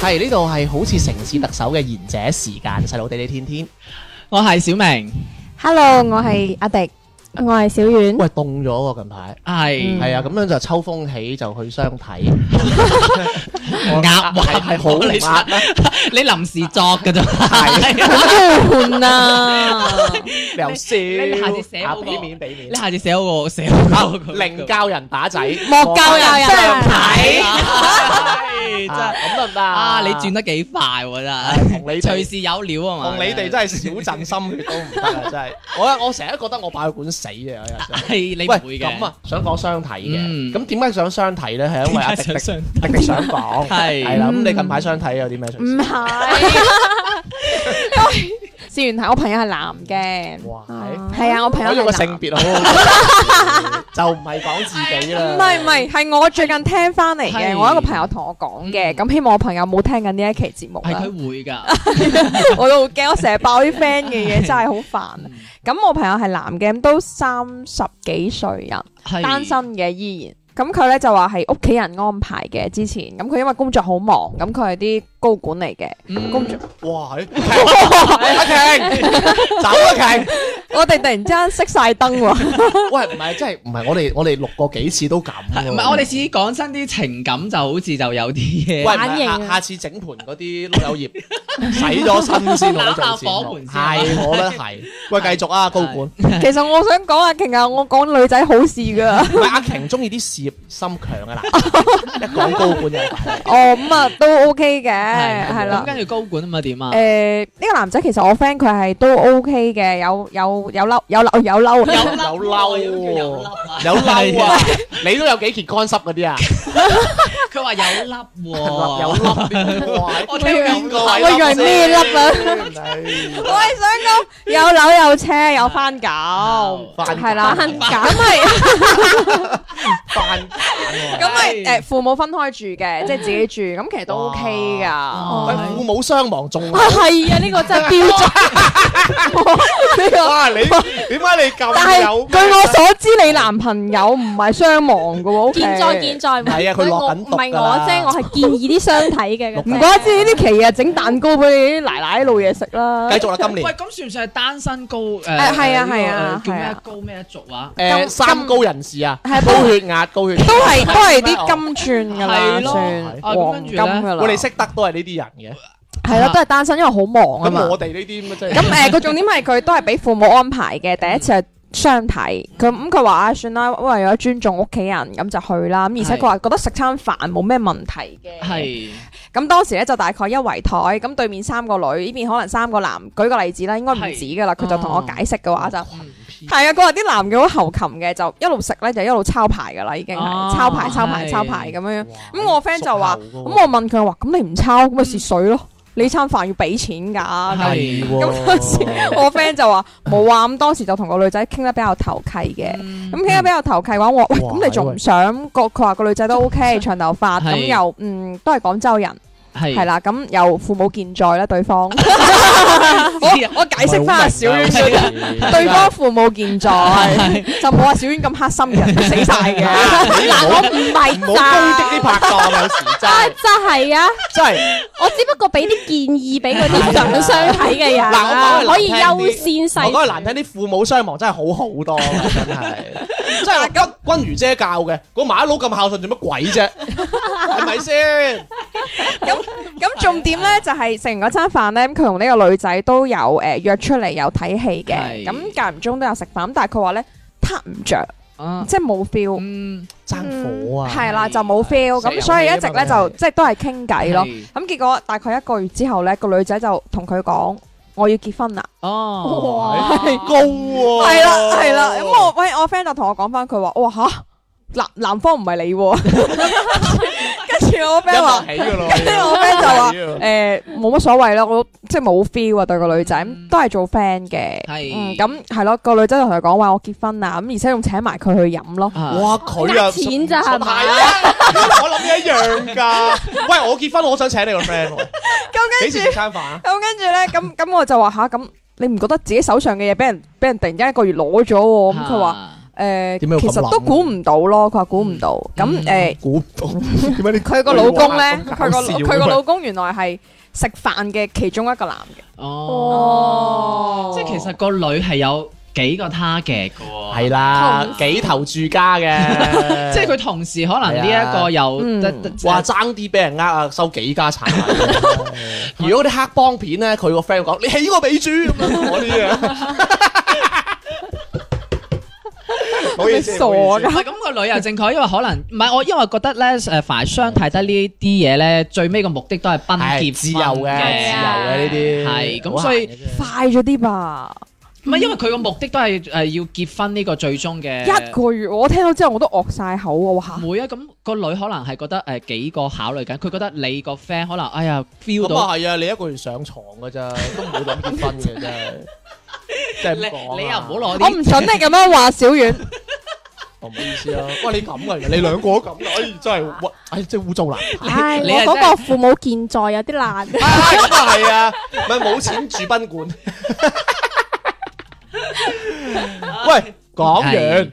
係呢度係好似城市特首嘅賢者時間，細佬地你天天。我係小明， Hello，我係阿迪。我係小遠，喂，凍咗喎近排，係係啊，咁樣就秋風起就去相 睇，鴨係係好你壓啦，你臨時作嘅啫，換啊！ 又笑，你下次寫啊嗰個俾面俾 面你，下次寫好我，寫好我啊寧教人打仔，莫教人相係睇。真 啊係咁得唔得啊！你轉得幾快喎，真係係同 你隨哋。時有料啊嘛！同你哋真係小鎮心血都唔得啊！真係，我我成日都覺得我擺去館死啊！有日真係係你唔會喂，嘅咁，啊，想講相睇嗯嘅，咁點解想相睇咧？係因為阿迪迪點解想相迪迪想講，係係啦。咁你近排相睇有啲咩趣事？唔係，事源係我朋友係男嘅，哇！嗯係係啊，我朋友我用個係性男。別好， 就唔係講自己啦。唔係唔係，係我最近聽翻嚟嘅，係我一個朋友同我講嘅，嗯咁希望我朋友冇聽緊呢一期節目係啦。佢會㗎。我都好驚，我成日爆啲 friend 嘅嘢，真係好煩啊。咁我朋友係男嘅，咁都三十幾歲人，係單身嘅依然。咁佢咧就話係屋企人安排嘅，之前咁佢因為工作好忙，咁佢係啲高管嚟嘅。嗯工作哇！係阿瓊，走啊瓊！我哋突然之間熄晒燈喎，喂，唔係，即係唔係我哋我哋錄過幾次都咁喎。唔係我哋似講真啲情感就好似就有啲嘢喂，唔係反應啊下下次整盤嗰啲碌柚葉洗咗身先好做節目攬下火盆先係，我覺得係。喂，繼續啊，高管。唔其實我想講阿瓊啊，我講女仔好事噶。 係阿瓊中意啲事業心強嘅啦，一講高管就係哦，咁啊都 OK 嘅，係咁啦。跟住高管啊嘛點啊？誒，呢個男仔其實我 friend 佢係都 OK 嘅，有有有嬲有嬲有嬲。有有嬲喎啊有嬲！係啊啊！你都有幾件乾濕嗰啲啊？佢話有粒 喎，有粒哇！我聽邊個我以為咩 粒啊？啊？ 我係想講有樓有車有番狗，係啦， 番咁狗係翻咁係係誒父母分開住嘅，即係自己住，咁其實都 OK 噶。哇啊喂，父母雙亡 仲好係啊，呢個真係標準。呢個啊！你點解你 但咁有係？據我所知，你男朋友唔係雙亡噶喎，健在健。在，唔係啊佢落緊毒唔係㗎我啦啫，我係建議啲相睇嘅。落咁唔啫怪之呢啲期啊，整蛋糕俾你啲奶奶老嘢食啦。繼續啦，今喂，年咁算唔算係單身高？誒誒係啊呢個係啊誒叫係咩啊高咩族啊？誒今三高人士啊，係高血壓、高血都係都係啲金鑽噶啦，係咯算係哦啊咁黃跟住金呢噶啦。我哋識得都係呢啲人嘅，係咯，都係單身，因為好忙啊嘛咁。我哋呢啲咁嘅真係咁誒個重點係佢都係俾父母安排嘅，第一次係相睇。佢咁佢話啊，算啦，為咗尊重屋企人，咁就去啦。咁而且佢話覺得食餐飯冇咩問題嘅。係咁當時咧就大概一圍台，咁對面三個女，呢邊可能三個男。舉個例子啦，應該唔係止噶啦。佢就同我哦解釋嘅話就係啊，佢話啲男嘅好猴琴嘅，就一路食咧就一路抄牌噶啦，已經哦係抄牌抄牌係抄牌咁樣。咁咁我 friend 就話，咁我問佢話，咁你唔抄咁咪蝕水咯？你餐飯要俾錢㗎。係嗯係喎咁嗰時我 friend 就話冇啊，咁當時就同個女仔傾得比較投契嘅。嗯咁傾得比較投契嘅話，我話喂，哇咁你仲唔想個？佢話個女仔都 OK，長頭髮，係咁又嗯都係廣州人，係係啦，咁又父母健在啦，對 方。 我我解釋翻阿小婉嗰啲，啲對方父母健在，就冇阿小婉咁黑心嘅 人死晒嘅。嗱，我唔係唔好攻擊啲拍檔，有時 真係真係啊！真係我只不過俾啲建議俾嗰啊啲想相睇嘅人嗱啊，我可講句以難聽啲優先我細啊講句難聽啲，父母雙亡真係好好多啊，真係。真係咁君如姐教嘅，個馬佬咁孝順做乜鬼啫？係咪先？啊咁重點咧就係食完嗰餐飯咧，咁佢同呢個女仔都有呃誒約出嚟有睇戲嘅，係咁間唔中都有食飯，咁但係佢話咧撻唔着。啊，即係冇 feel，嗯，爭火啊！係啦就冇 feel，死人咁所以一直氣啊嘛咧就即係都係傾偈咯。係咁結果大概一個月之後咧，個女仔就同佢講：我要結婚啦。哦，哇係哎高喎，係啦係啦，咁我喂我 friend 就同我講翻，佢話：哇吓，男男方唔係你喎。 跟住我 friend 話。一齊起噶咯，跟住我 friend 就話啊 誒冇乜所謂啦，我都即係冇 feel 啊對個女仔，嗯咁都係做 friend 嘅。係嗯，咁係咯，個女仔就同佢講話我結婚啦，咁而且仲請埋佢去飲咯。啊哇佢啊，錢咋係嘛係啊，我諗一樣㗎。喂，我結婚我都想請你個 friend，喎咁跟 幾住時食餐飯啊？咁跟住咧，咁咁我就話吓，咁你唔覺得自己手上嘅嘢俾人俾人突然間一個月攞咗喎？咁佢話誒，點解要咁呃其實啊諗都估唔到咯。佢話估唔到。咁嗯誒，估唔到，點解你佢個老 公咧，咁搞佢個啊笑嘅佢個老公原來係食飯嘅其中一個男嘅。哦，即係其實個女係有幾個 target 嘅喎，係啦，幾頭住家 嘅，即係佢同時可能呢一個又嗯得得話爭啲俾人呃啊，收幾家 產。如果啲黑幫片咧，佢個 friend 講你起我美豬咁樣嗰啲啊， 好嘢你傻㗎 唔係咁個女又正確，因為可能唔係我，因為覺得咧誒凡係相睇得呢啲嘢咧，最尾個目的都係奔係結自由嘅，自由嘅呢啲啊係咁所以快咗啲吧，唔係因為佢個目的都係誒要結婚呢個最終嘅一個月我聽到之後我都惡晒口啊！哇唔會啊，咁個女可能係覺得誒幾個考慮緊，佢覺得你個 friend 可能哎呀 feel 咁到啊係啊，你一個月上床㗎咋，都唔會諗結婚嘅 真係，真你係咁講啊你又唔好攞我啲唔准你咁樣話小遠，我唔好意思啦。啊喂，你咁㗎，你兩個都咁㗎，哎真係屈，哎真係污糟難睇。唉，我 你係嗰真係個父母健在有啲難。啊咁啊係啊，咪冇錢住賓館。喂，講 完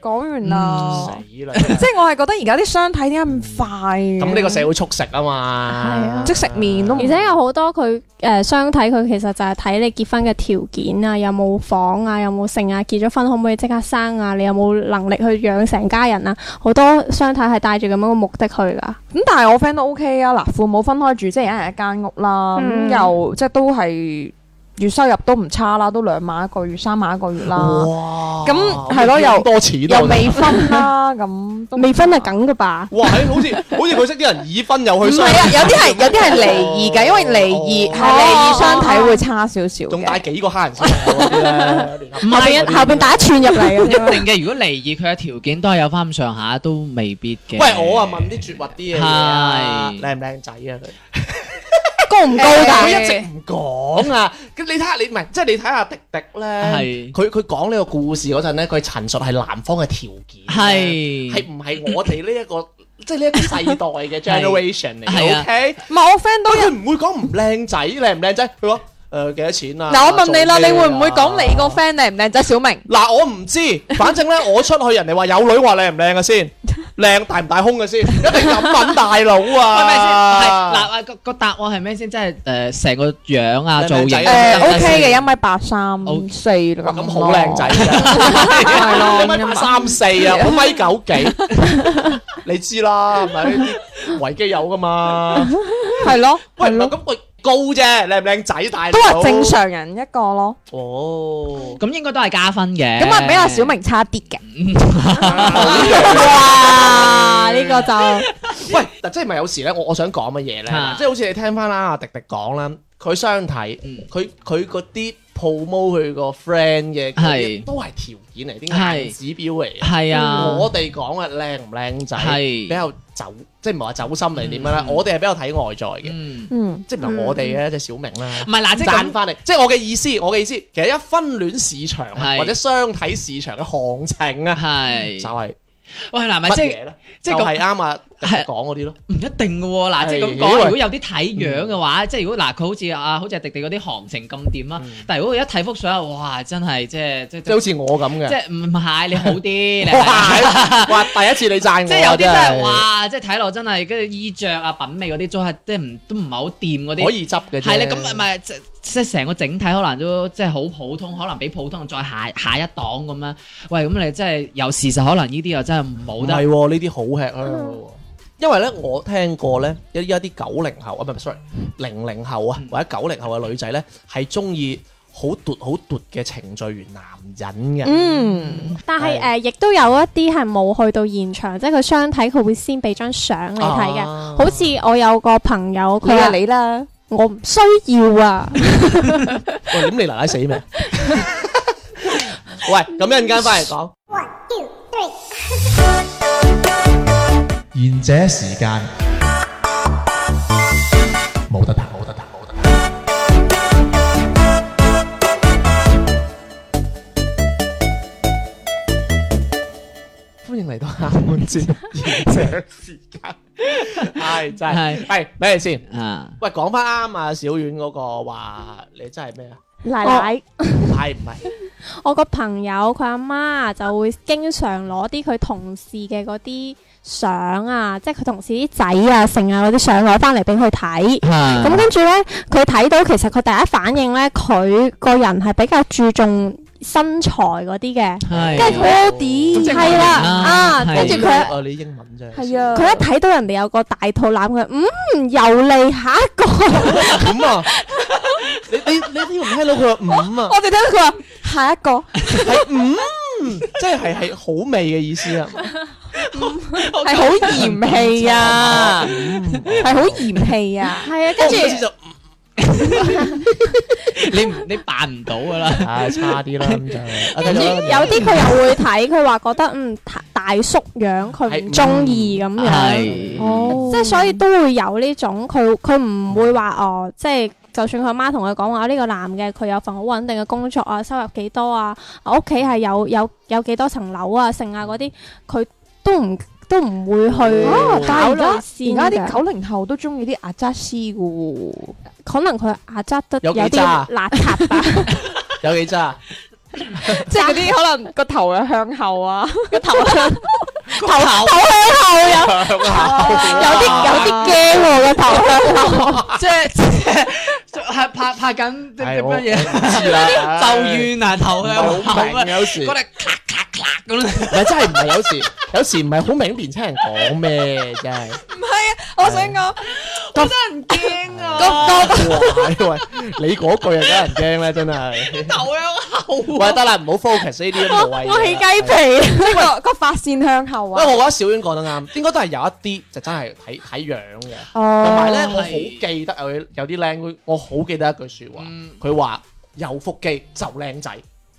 講完啦。嗯死啦！即係我係覺得而家啲相睇點解咁快嘅？咁呢個社會速食啊嘛，係啊即食麵都唔而且有好多佢誒、呃相睇，佢其實就係睇你結婚嘅條件啊，有冇房啊，有冇剩啊，結咗婚可唔可以即刻生啊？你有冇能力去養成家人啊？好多相睇係帶住咁樣嘅目的去噶。咁，但係我 friend 都 OK 啊。嗱，父母分開住，即係一人一間屋啦。咁、嗯又即係都係月收入都唔差啦，都兩萬一個月、三萬一個月啦。哇啊咁係咯又咁多錢啊又未婚 啦，咁都未婚係梗噶吧？哇，係好似好似佢識啲人已婚又唔係去相啊，有啲係有啲係離異嘅，因為離異係離異相睇會差少少哦仲帶嘅。幾個黑人先有嗰啲咧唔後係 邊後邊打一串入嚟一咁樣。定嘅。如果離異，佢嘅條件都係有翻咁上下，都未必嘅。喂，我啊問啲絕核啲嘅嘢啊，係靚唔靚仔啊佢？高唔唔高佢一㗎？直唔講啊！咁你睇下你唔係，即係你睇下迪迪咧，係佢佢講呢個故事嗰陣咧，佢陳述係男方嘅條件，係係唔係我哋呢一個 即係呢一個世代嘅 generation 嚟係嘅啊？OK，唔係我 friend 都有佢唔會講唔靚仔靚唔靚仔，佢話誒幾多錢啊？嗱，我問你啦，你做咩啊會唔會講 你個 friend 靚唔靚仔？小明嗱，我唔知，反正咧，我出去人哋話有女話靚唔靚嘅先，靚大唔大胸嘅先，一定咁問大 佬係咪先？係嗱啊！啊，個個答案係咩先？即係誒，成個樣啊，靚造型仔啊誒靚仔 Ờ, OK 嘅，一米八三 O- 四咁哇，咁咯好靚仔。㗎，係咯一米八三四啊，我米九幾， 你知啦，係咪呢啲維基有噶嘛？係咯，喂，係唔係咯，咁喂高啫，靚唔靚仔大佬都係正。常人一個咯。哦，咁應該都係加分嘅。咁啊，比阿小明差啲嘅。 哇！呢個就喂，嗱，即係咪有時咧？我我想講乜嘢咧啊？即係好似你聽翻啦，阿迪迪講啦，佢相睇嗯，佢佢嗰啲 promo 佢個 friend 嘅嗰啲係都係條件嚟，啲係硬指標嚟嘅。係啊，我哋講嘅靚唔靚仔，係比較走，即係唔係話走心嚟點樣啦？嗯我哋係比較睇外在嘅。嗯，嗯，即係唔係我哋嘅，即係小明啦唔。係嗱，即係賺咁翻嚟，即係我嘅意思，我嘅意思，其實一分戀市場啊係或者相睇市場嘅行情啊，就係。係喂，嗱，咪乜即嘢係咧？即就係咁係啱啊，係講嗰啲咯。唔一定嘅喎。嗱，即係係咁因為講，如果有啲睇樣嘅話，即係如果嗱，佢好似啊，好似阿迪迪嗰啲行情咁掂啦嗯。但係如果佢一睇幅相，哇，真係即係即即係好係似我咁即嘅，係唔係你好啲，你哇！哇！第一次你讚我，啊啊即係有啲真係係，哇！即係睇落真係跟住衣着啊、品味嗰啲都係即係唔都唔係好掂嗰可啲。以執嘅啫。係啦，咁啊咪即即係成個整體可能都即係好普通，可能比普通再下下一檔咁樣。喂，咁你真係有事實，可能呢啲又真係唔冇係得。喎，呢啲好吃香嘅嗯喎。因為咧，我聽過咧，一一啲九零後啊，唔係唔係，sorry，零零後啊，或者九零後嘅女仔咧，係中意好奪好奪嘅程序員男人嘅。嗯，但係係誒，亦都有一啲係冇去到現場，即係佢相睇，佢會先俾張相你睇嘅。啊好似我有個朋友，佢佢啊話你啦，我唔需要啊，喂，咁你奶奶死未？喂，咁一陣間翻嚟講。 賢者時間冇得彈，冇得彈，冇得彈。歡迎嚟到下半節賢者時間，係真係係係咩嚟先？啊，喂，講翻啱啊，小丸嗰個話你真係咩啊？奶奶係唔係？我個朋友佢阿媽就會經常攞啲佢同事嘅嗰啲相啊，即係佢同事啲仔啊、剩啊嗰啲相攞翻嚟俾佢睇。咁咁跟住呢，佢睇到其實佢第一反應呢，佢個人係比較注重身材嗰啲嘅。係啊跟住佢哦一即係啲係外啦形啦啊，係跟住佢啊，你英文啫。係啊佢一睇到人哋有個大肚腩，佢嗯又嚟下一 個，五啊！你你你呢個唔聽到佢話五啊我？哋聽到 佢話下一個，係五，即係係係好味嘅意思啊！係好嫌棄啊，係好嫌棄啊， 係啊，跟住我唔知就你唔你扮唔到噶啦，唉差啲啦咁就。啊繼跟住續啦有啲佢又會睇，佢話覺得嗯大大叔樣，佢唔中意咁樣，係哦即係所以都會有呢種，佢佢唔會話哦，即係。就算佢阿媽同佢講話呢個男嘅佢有份好穩定嘅工作啊，收入幾多啊，啊屋企係有有有幾多層樓啊，剩啊嗰啲，佢都唔都唔會去哦但係考而家慮先而家嘅啲九零後都中意啲阿扎斯嘅喎， 可能佢牙質得有有幾啲渣邋遢吧。有幾渣？即係嗰啲可能個頭又向後啊，個頭頭頭向後有有 有啲有啲驚喎個頭，即係即係拍拍緊啲乜嘢？知啦，咒怨啊，頭向後唔係好明啊，有時，嗰唔啲咔咔咔咁樣。係真係唔係有時，有時唔係好明年青人講咩，真係。 我想 講真驚啊！哇！喂，你嗰句又梗人驚啦，真係。頭向後喂，得啦，唔好 focus 呢啲咁無謂嘢。我起雞皮。呢個個髮線向後喂，啊，我覺得小婉講得啱，應該都係有一啲就真係睇睇樣嘅。哦同同埋咧，我好哦係記得有有啲靚妹，我好記得一句説話，佢話有腹肌就靚仔，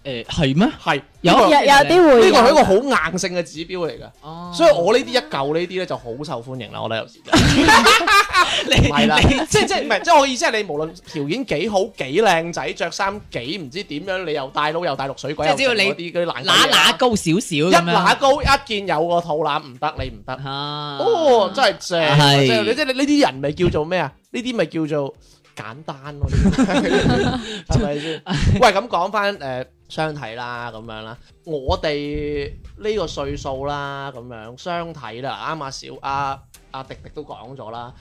誒係咩？係有啊呢個有有啲會呢有個係一個好硬性嘅指標嚟㗎，哦所以我呢啲一嚿呢啲咧就好受歡迎啦。我覺得有 時就你係啦你，即即唔係即我意思係你無論條件幾好幾靚仔，着衫幾唔知點樣，你又戴佬又戴綠水鬼，即係只要又剩你嗰啲嗰啲爛鬼乸嘢啊乸高少少一咁揦樣。高一見有個肚腩唔得，你唔得。嚇！哦，真係正，係即係你即係你呢啲人咪叫做咩啊？呢啲咪叫做簡單咯，呢 啲係咪先？喂，咁講翻誒相睇啦，咁樣啦，我哋呢個歲數啦，咁樣相睇啦，啱阿啊小阿阿迪迪都講咗啦，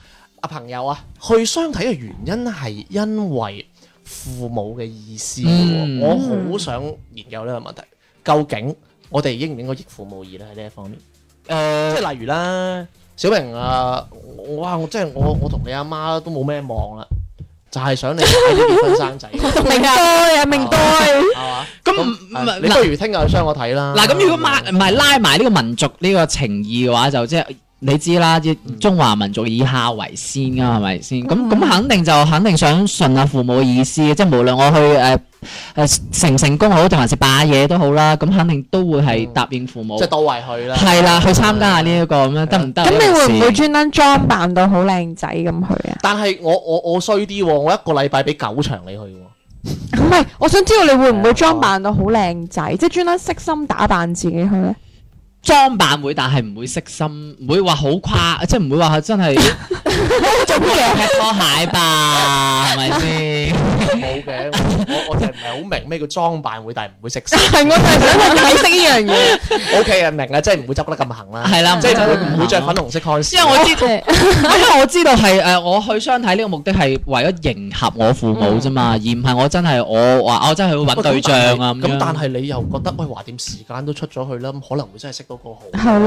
阿朋友啊，去相睇嘅原因係因為父母嘅意思嘅喎，嗯我好想研究呢個問題，究竟我哋應唔應該逆父母義咧喺呢一方面？誒即係例如啦，小明啊，我哇，我真係我我同你阿媽都冇咩望啦，就係想你快啲結婚生仔，係 明代啊，明明代代。嘛？咁咁唔啊係你不如聽日去相我睇啦。嗱，咁如果拉 À. 唔係拉埋呢個民族呢個情義嘅話，就即係你知啦，即中華民族以孝為先噶，係咪先？咁咁肯定就肯定想順下父母嘅意思，即係無論我去誒誒成唔成功好，定還是霸嘢都好啦，咁肯定都會係答應父母即係。到位去啦，係啦，去參加 Ừ. 下呢一個咁樣得唔得？咁你會唔會會專登裝扮到好靚仔咁去啊？但係我我我衰啲喎，我一個禮拜俾九場你去喎，唔係，我想知道你會唔會裝扮到好靚仔，即係專登悉心打扮自己去 咧？裝扮會，但係唔會色心，唔會話好誇，即係唔會話真係做乜嘢？踢拖鞋 吧，係咪先？冇嘅，我我我就係唔係好明咩叫裝扮會，但係唔會 食屎。係我就係想去解釋呢樣嘢。 O K 啊，明啊，即係唔會執得咁行啦，係啦，即係就會唔會着着粉紅色 cons。因為我知道，因為我知道係誒，我去相睇呢個目的係為咗迎合我父母啫嘛，而唔係我真係我話我真係去揾對象啊咁但咁 啊係咁但係你又覺得喂，話掂時間都出咗去啦，咁可能會真係識到個好。 係咯，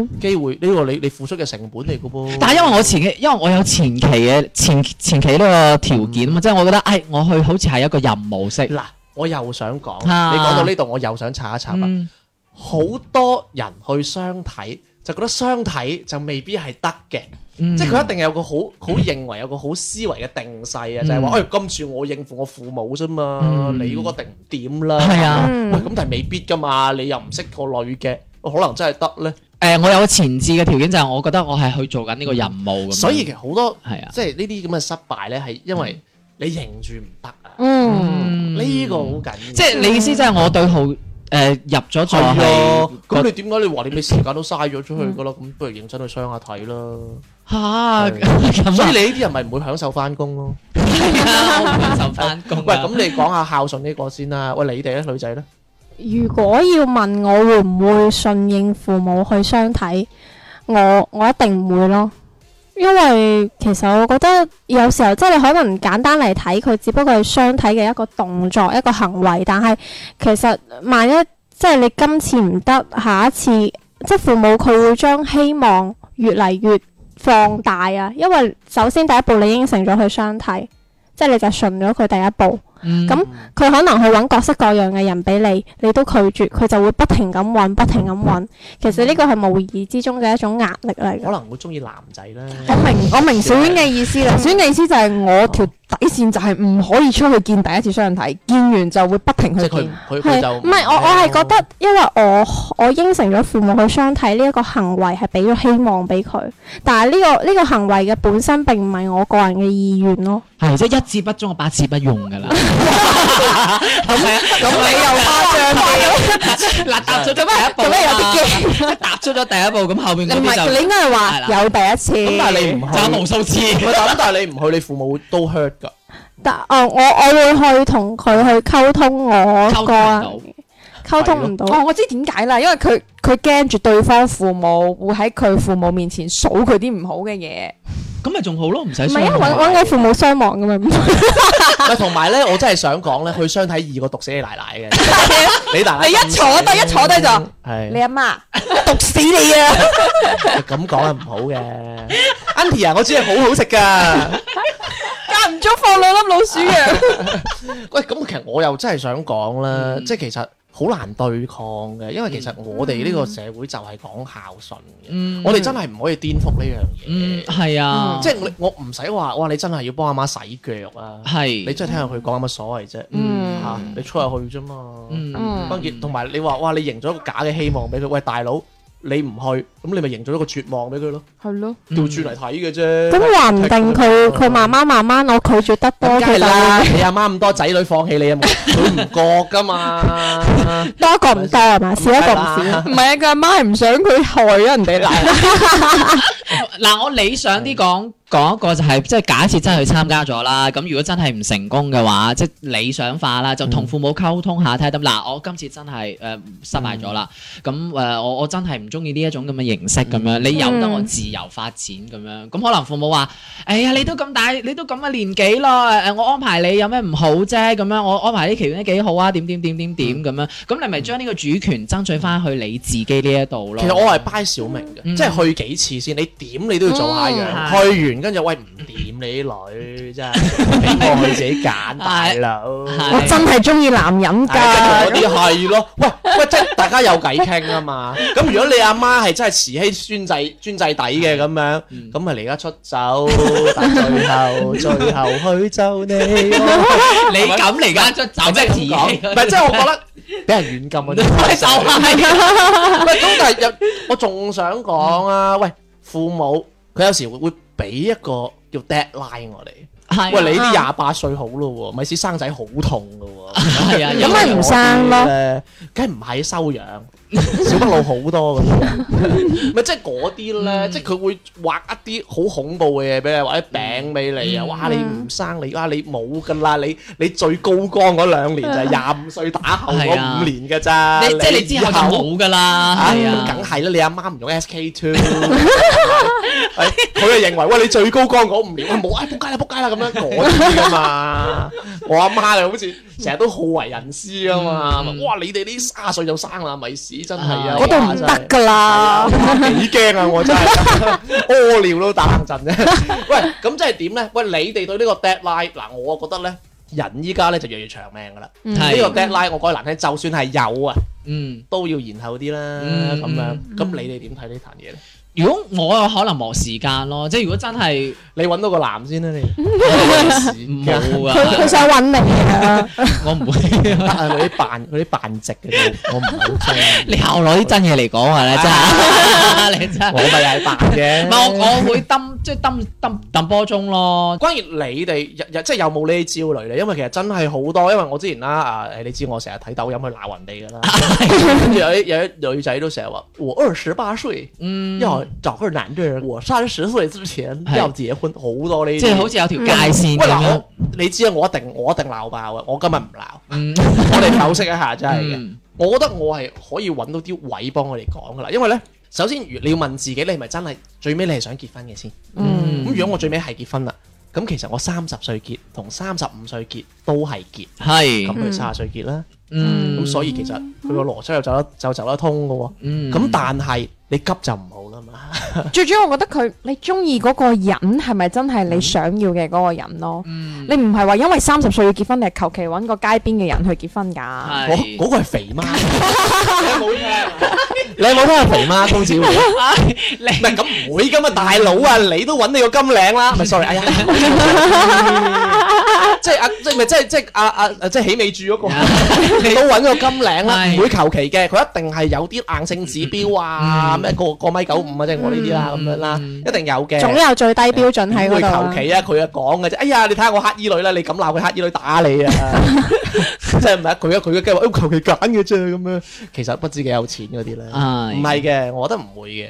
咯。機會呢個你你付出嘅成本嚟嘅噃。但係因為我前期，因為我有前期嘅前前期呢個條件啊嘛，即係我覺得，唉，我去好似係一個任務式。嗱，我又想講，啊你講到呢度，我又想插一插啦。嗯好多人去相睇就覺得相睇就未必係得嘅，嗯即係佢一定有個好好認為有個好思維嘅定勢啊，就係話，誒今次我應付我父母啫嘛，嗯你嗰個定唔掂啦。係啊喂嗯咁但係未必噶嘛，你又唔識個女嘅，可能真係得咧。嗯誒，我有個前置嘅條件就係我覺得我係去做緊呢個任務咁樣。所以其實好多係啊，即係呢啲咁嘅失敗咧，係因為你認住唔得啊，嗯，呢個好緊要。即係你意思即係我對號誒入咗座係啊係，咁你點解你話你咪時間都嘥咗出去噶咯？咁不如認真去相下睇啦。嚇係咁所以啊你呢啲人咪唔會享受翻工咯。 係啊，我唔受翻工啊。喂，咁你講下孝順呢個先啦。喂，你哋咧，女仔咧，如果要問我會唔會順應父母去相睇，我我一定唔會咯。因為其實我覺得有時候即係你可能簡單嚟睇佢，只不過係相睇嘅一個動作、一個行為，但係其實萬一即係你今次唔得，下一次即係父母佢會將希望越嚟越放大啊。因為首先第一步你應承咗佢相睇，即係你就順咗佢第一步。嗯咁佢可能去揾各式各樣嘅人俾你，你都拒絕，佢就會不停咁揾，不停咁揾。其實呢個係無意之中嘅一種壓力嚟可嘅。能會中意男仔啦。我明我明小英嘅意思啦。小英嘅意思就係我條底線就係唔可以出去見第一次相睇，見完就會不停即去係佢見。佢佢係就唔係我嗯我係覺得，因為我我應承咗父母去相睇呢一個行為係俾咗希望俾佢，但係呢、個呢、個行為嘅本身並唔係我個人嘅意願咯。係即係一字不忠，百字不用 㗎啦。係咪啊？咁你又誇張 啲，嗱，踏出咗做咩第一步做咩有啲啊驚？嘛踏出咗第一步，咁後邊你嗰唔啲係你就應該係嗯係話啦啊有第一次。咁但係你唔去，就有無數次。唔係咁但係你唔去，你父母都 hurt 㗎。但哦，我我會去同佢去溝通我溝通唔個人到溝通唔到。哦，我知點解啦，因為佢佢驚住對方父母會喺佢父母面前數佢啲唔好嘅嘢。咁咪仲好咯，唔使唔傷係啊，害揾揾我父母傷亡㗎嘛。喂，同埋咧，我真係想講咧，去相睇二個毒死你奶奶嘅。你奶奶你一坐低一坐低就係你阿媽 毒死你啊！咁講係唔好嘅。Auntie 啊，我煮嘢好好食㗎。間唔中放兩粒老鼠藥。 喂，咁其實我又真係想講啦，即係其實好難對抗嘅，因為其實我哋呢個社會就係講孝順嘅，嗯我哋真係唔可以顛覆呢樣嘢。嗯，係啊，即係我我唔使話，哇！你真係要幫阿媽洗腳啊！係你真係聽下佢講有乜所謂啫？嗯嚇，你出下去啫嘛。嗯嗯關鍵同埋你話，哇！你營造一個假嘅希望俾佢，喂大佬，你唔去，咁你咪營造一個絕望俾佢咯， 係咯，調轉嚟睇嘅啫。咁話唔定佢佢慢慢慢慢我拒絕得多，啊佢梗就係啦，會你阿媽咁多仔女放棄你， 佢唔覺噶嘛。多一個唔多係嘛，少一個唔少。唔係啊，佢阿媽係唔想佢害咗人哋 奶奶。嗱，我理想啲講講一個就係，即係假設真係去參加咗啦，咁如果真係唔成功嘅話，即係理想化啦，就同父母溝通下睇下得唔得嗱，我今次真係誒失敗咗啦，咁誒我我真係唔中意呢一種咁嘅形式咁樣，嗯你由得我自由發展咁樣，咁可能父母話：哎呀，你都咁大，你都咁嘅年紀咯，誒我安排你有咩唔好啫？咁樣我安排啲期權都幾好啊，點點點點嗯點咁樣，咁你咪將呢個主權爭取翻去你自己呢一度咯。其實我係 buy 小明嘅，嗯即係去幾次先，你點你都要做下樣。嗯去完跟住喂唔掂你啲女，真係俾我去自己揀大 佬。係我真係中意男人係啊㗎。跟住嗰啲係 咯，喂喂，即係大家有偈傾啊 嘛。咁如果你阿媽係真係慈禧專制專制底嘅咁樣，咁咪離家出 走，但最後最後去就你。你咁嚟噶，出走咩咁講唔係即係我覺得俾人軟禁 嗰就啲。係喂，咁但係又，我仲想講啊，喂，父母佢有時會會俾一個叫 deadline 我哋，係喂，你啲廿八歲好咯喎，咪使生仔好痛噶喎，係啊，咁咪唔生咯咯，梗係唔係收養，小北路好多咁樣， 咪即係嗰啲咧，嗯即係佢會畫一啲好恐怖嘅嘢俾你，或者餅俾你嗯啊，哇！你唔生你，哇！你冇噶啦，你你最高光嗰兩年 就係廿五歲打後係啊嗰五年嘅咋，你即係你之後就冇噶啦，係啊，啊梗。係啦，你阿媽唔用 SK two，佢就認為喂你最高光嗰五年，喂冇啊仆街啦仆街啦咁樣嗰啲噶嘛。我阿媽就好似成日都好為人師噶嘛，嗯哇你哋呢卅歲就生啦，咪屎屎真係啊啊！嗰度唔得噶啦。幾驚啊！我真係 屙尿都打冷震啫。喂，咁即係點咧？喂，你哋對呢個 deadline 嗱，我覺得咧，人依家咧就越嚟越長命噶啦。嗯呢係個 deadline 我講得難聽，就算係有啊，嗯，都要延後啲啦。嗯咁樣，咁你哋點睇呢壇嘢咧？如果我有可能磨時間咯，即係如果真係你揾到個男先啦，你 冇 Dạ. 佢㗎，佢想揾你啊！我唔會。得啊！嗰啲扮嗰啲扮直嘅，我我唔係好中 你又攞啲真嘢嚟講啊！你真係，你真係我。咪又係扮嘅。唔係我我會抌即係抌抌抌波鐘咯。關於你哋日日即係有冇呢啲焦慮咧？因為其實真係好多，因為我之前啦啊，誒你知我成日睇抖音去鬧人哋㗎啦， 跟住有啲有啲女仔都成日話我二十八歲嗯，要找個男嘅，我三十歲之前係要結婚，好多呢啲。即係好似有條界喂線咁嗱，樣我。你知啊，我一定我一定鬧爆啊！我今日唔鬧， 嗯，我哋剖析一下真係嘅。嗯我覺得我係可以揾到啲位幫我哋講㗎啦，因為咧。首先，如你要問自己，你係咪真係最尾你係想結婚嘅先？嗯，咁如果我最尾係結婚啦，咁其實我三十歲結同三十五歲結都係結，咁係，佢三十歲結啦。嗯，咁所以其實佢個邏輯又走得就走得通嘅喎。嗯，咁但係你急就唔好啦嘛。嗯最主要我覺得佢你中意嗰個人係咪真係你想要嘅嗰個人咯？嗯你唔係話因為三十歲要結婚，你係求其揾個街邊嘅人去結婚㗎。嗰係嗰個係肥媽，你冇聽，你冇聽係肥媽高子慧。唔係咁唔會噶嘛，大佬啊，你都揾你個金領啦，咪 sorry，哎呀， 即係啊，即係咪即係即係啊啊，啊即係起尾住嗰個，Dạ. 都揾個金領啦，係唔會求其嘅，佢一定係有啲硬性指標啊，嗯咩個個米九五啊，即係我呢啲啦咁樣啦，嗯一定有嘅。總有最低標準喺點嗰度會求啊。其啊？佢啊講嘅啫。哎呀，你睇下我乞衣女啦，你咁鬧佢乞衣女打你啊！ 即係唔係佢啊？佢嘅計劃，哦求其揀嘅啫咁樣。其實不知幾有錢嗰啲咧，啊係唔係嘅，我覺得唔會嘅。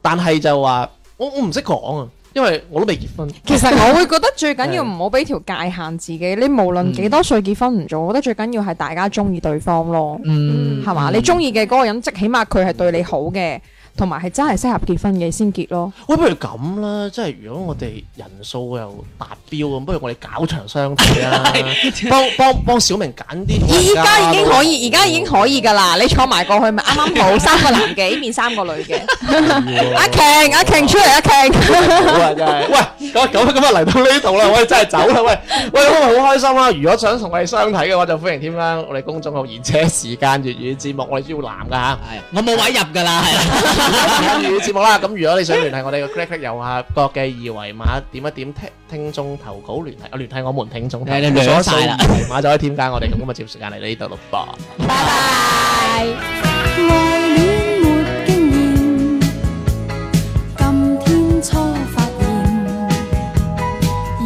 但係就話我我唔識講啊，因為我都未結婚。其實我會覺得最緊要唔好俾條界限自己，你無論幾多歲結婚唔做，我覺得最緊要係大家中意對方咯，嗯係嘛？你中意嘅嗰個人，即起碼佢係對你好嘅，同埋係真係適合結婚嘅先結咯。喂，不如咁啦，即係如果我哋人數又達標咁，不如我哋搞場相睇 啊，幫幫幫小明揀啲老人而家。家已經可以，而家已經可以㗎啦！你坐埋過去咪啱啱 好三個男嘅，呢邊三個女嘅。 阿瓊，阿瓊出嚟，阿 瓊。好啊，真係。喂，咁咁咁啊，嚟到呢 度啦，我哋真係走啦。喂，喂，咁咪好開心啦。如果想同我哋相睇嘅話，就歡迎添啦。我哋公眾號賢者時間粵語節目，我哋主要 男噶嚇。係我冇位入㗎啦，係啊粵語節目啦，咁如果你想聯繫我哋嘅 click click 右下角嘅二維碼，點一點聽聽眾投稿聯繫，啊聯繫我們聽眾投稿，你你兩所晒啦掃二維碼就可以添加我哋。咁今日節目時間嚟到呢度咯噃。拜拜。愛戀沒經驗，今天初發現，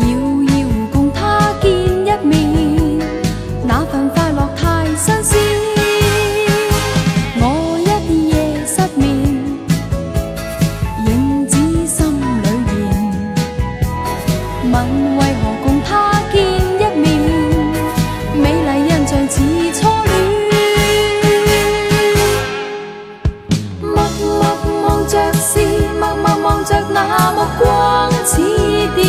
遙遙共他見一面，那份快樂太新鮮。我一夜失眠，影子心裏現，問為何共他見一面？美麗印象似初戀，默默望着是，默默望着那目光似電，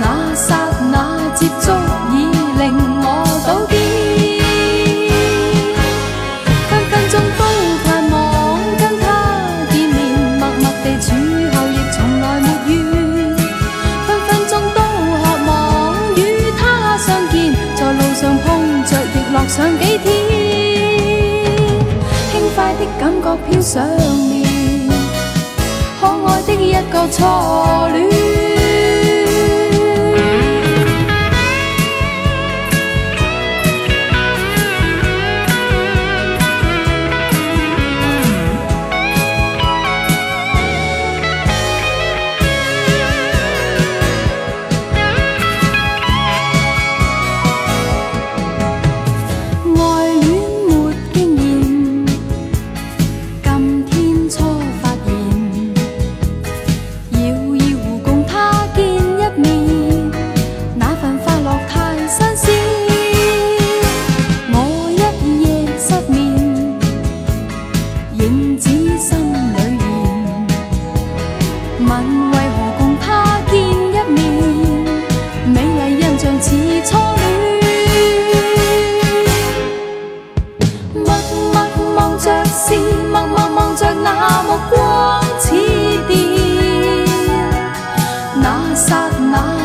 那剎那接觸已令我倒跌。分分鐘都盼望跟他見面，默默地處後亦從來沒怨。分分鐘都渴望與他相見，在路上碰着亦樂上幾天。輕快的感覺飄上面，可愛的一個初戀。愛戀沒經驗，今天初發現，遙遙共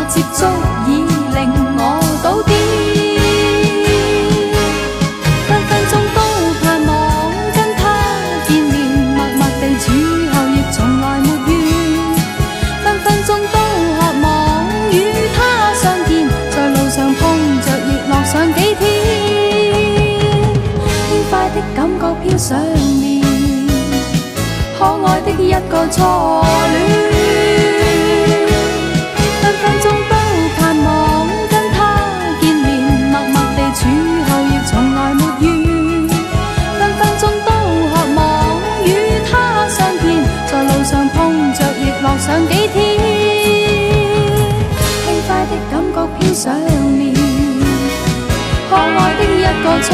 接觸已令我倒跌，分分鐘都盼望跟他見面，默默地處後亦從來沒怨，分分鐘都渴望與他相見，在路上碰着亦樂上幾天，輕快的感覺飄上面。可愛的一個初戀，分分鐘都盼望跟他見面，默默地處後亦從來沒怨，分分鐘都渴望與他相見，在路上碰着亦樂上幾天，輕快的感覺飄上面，可愛的一個初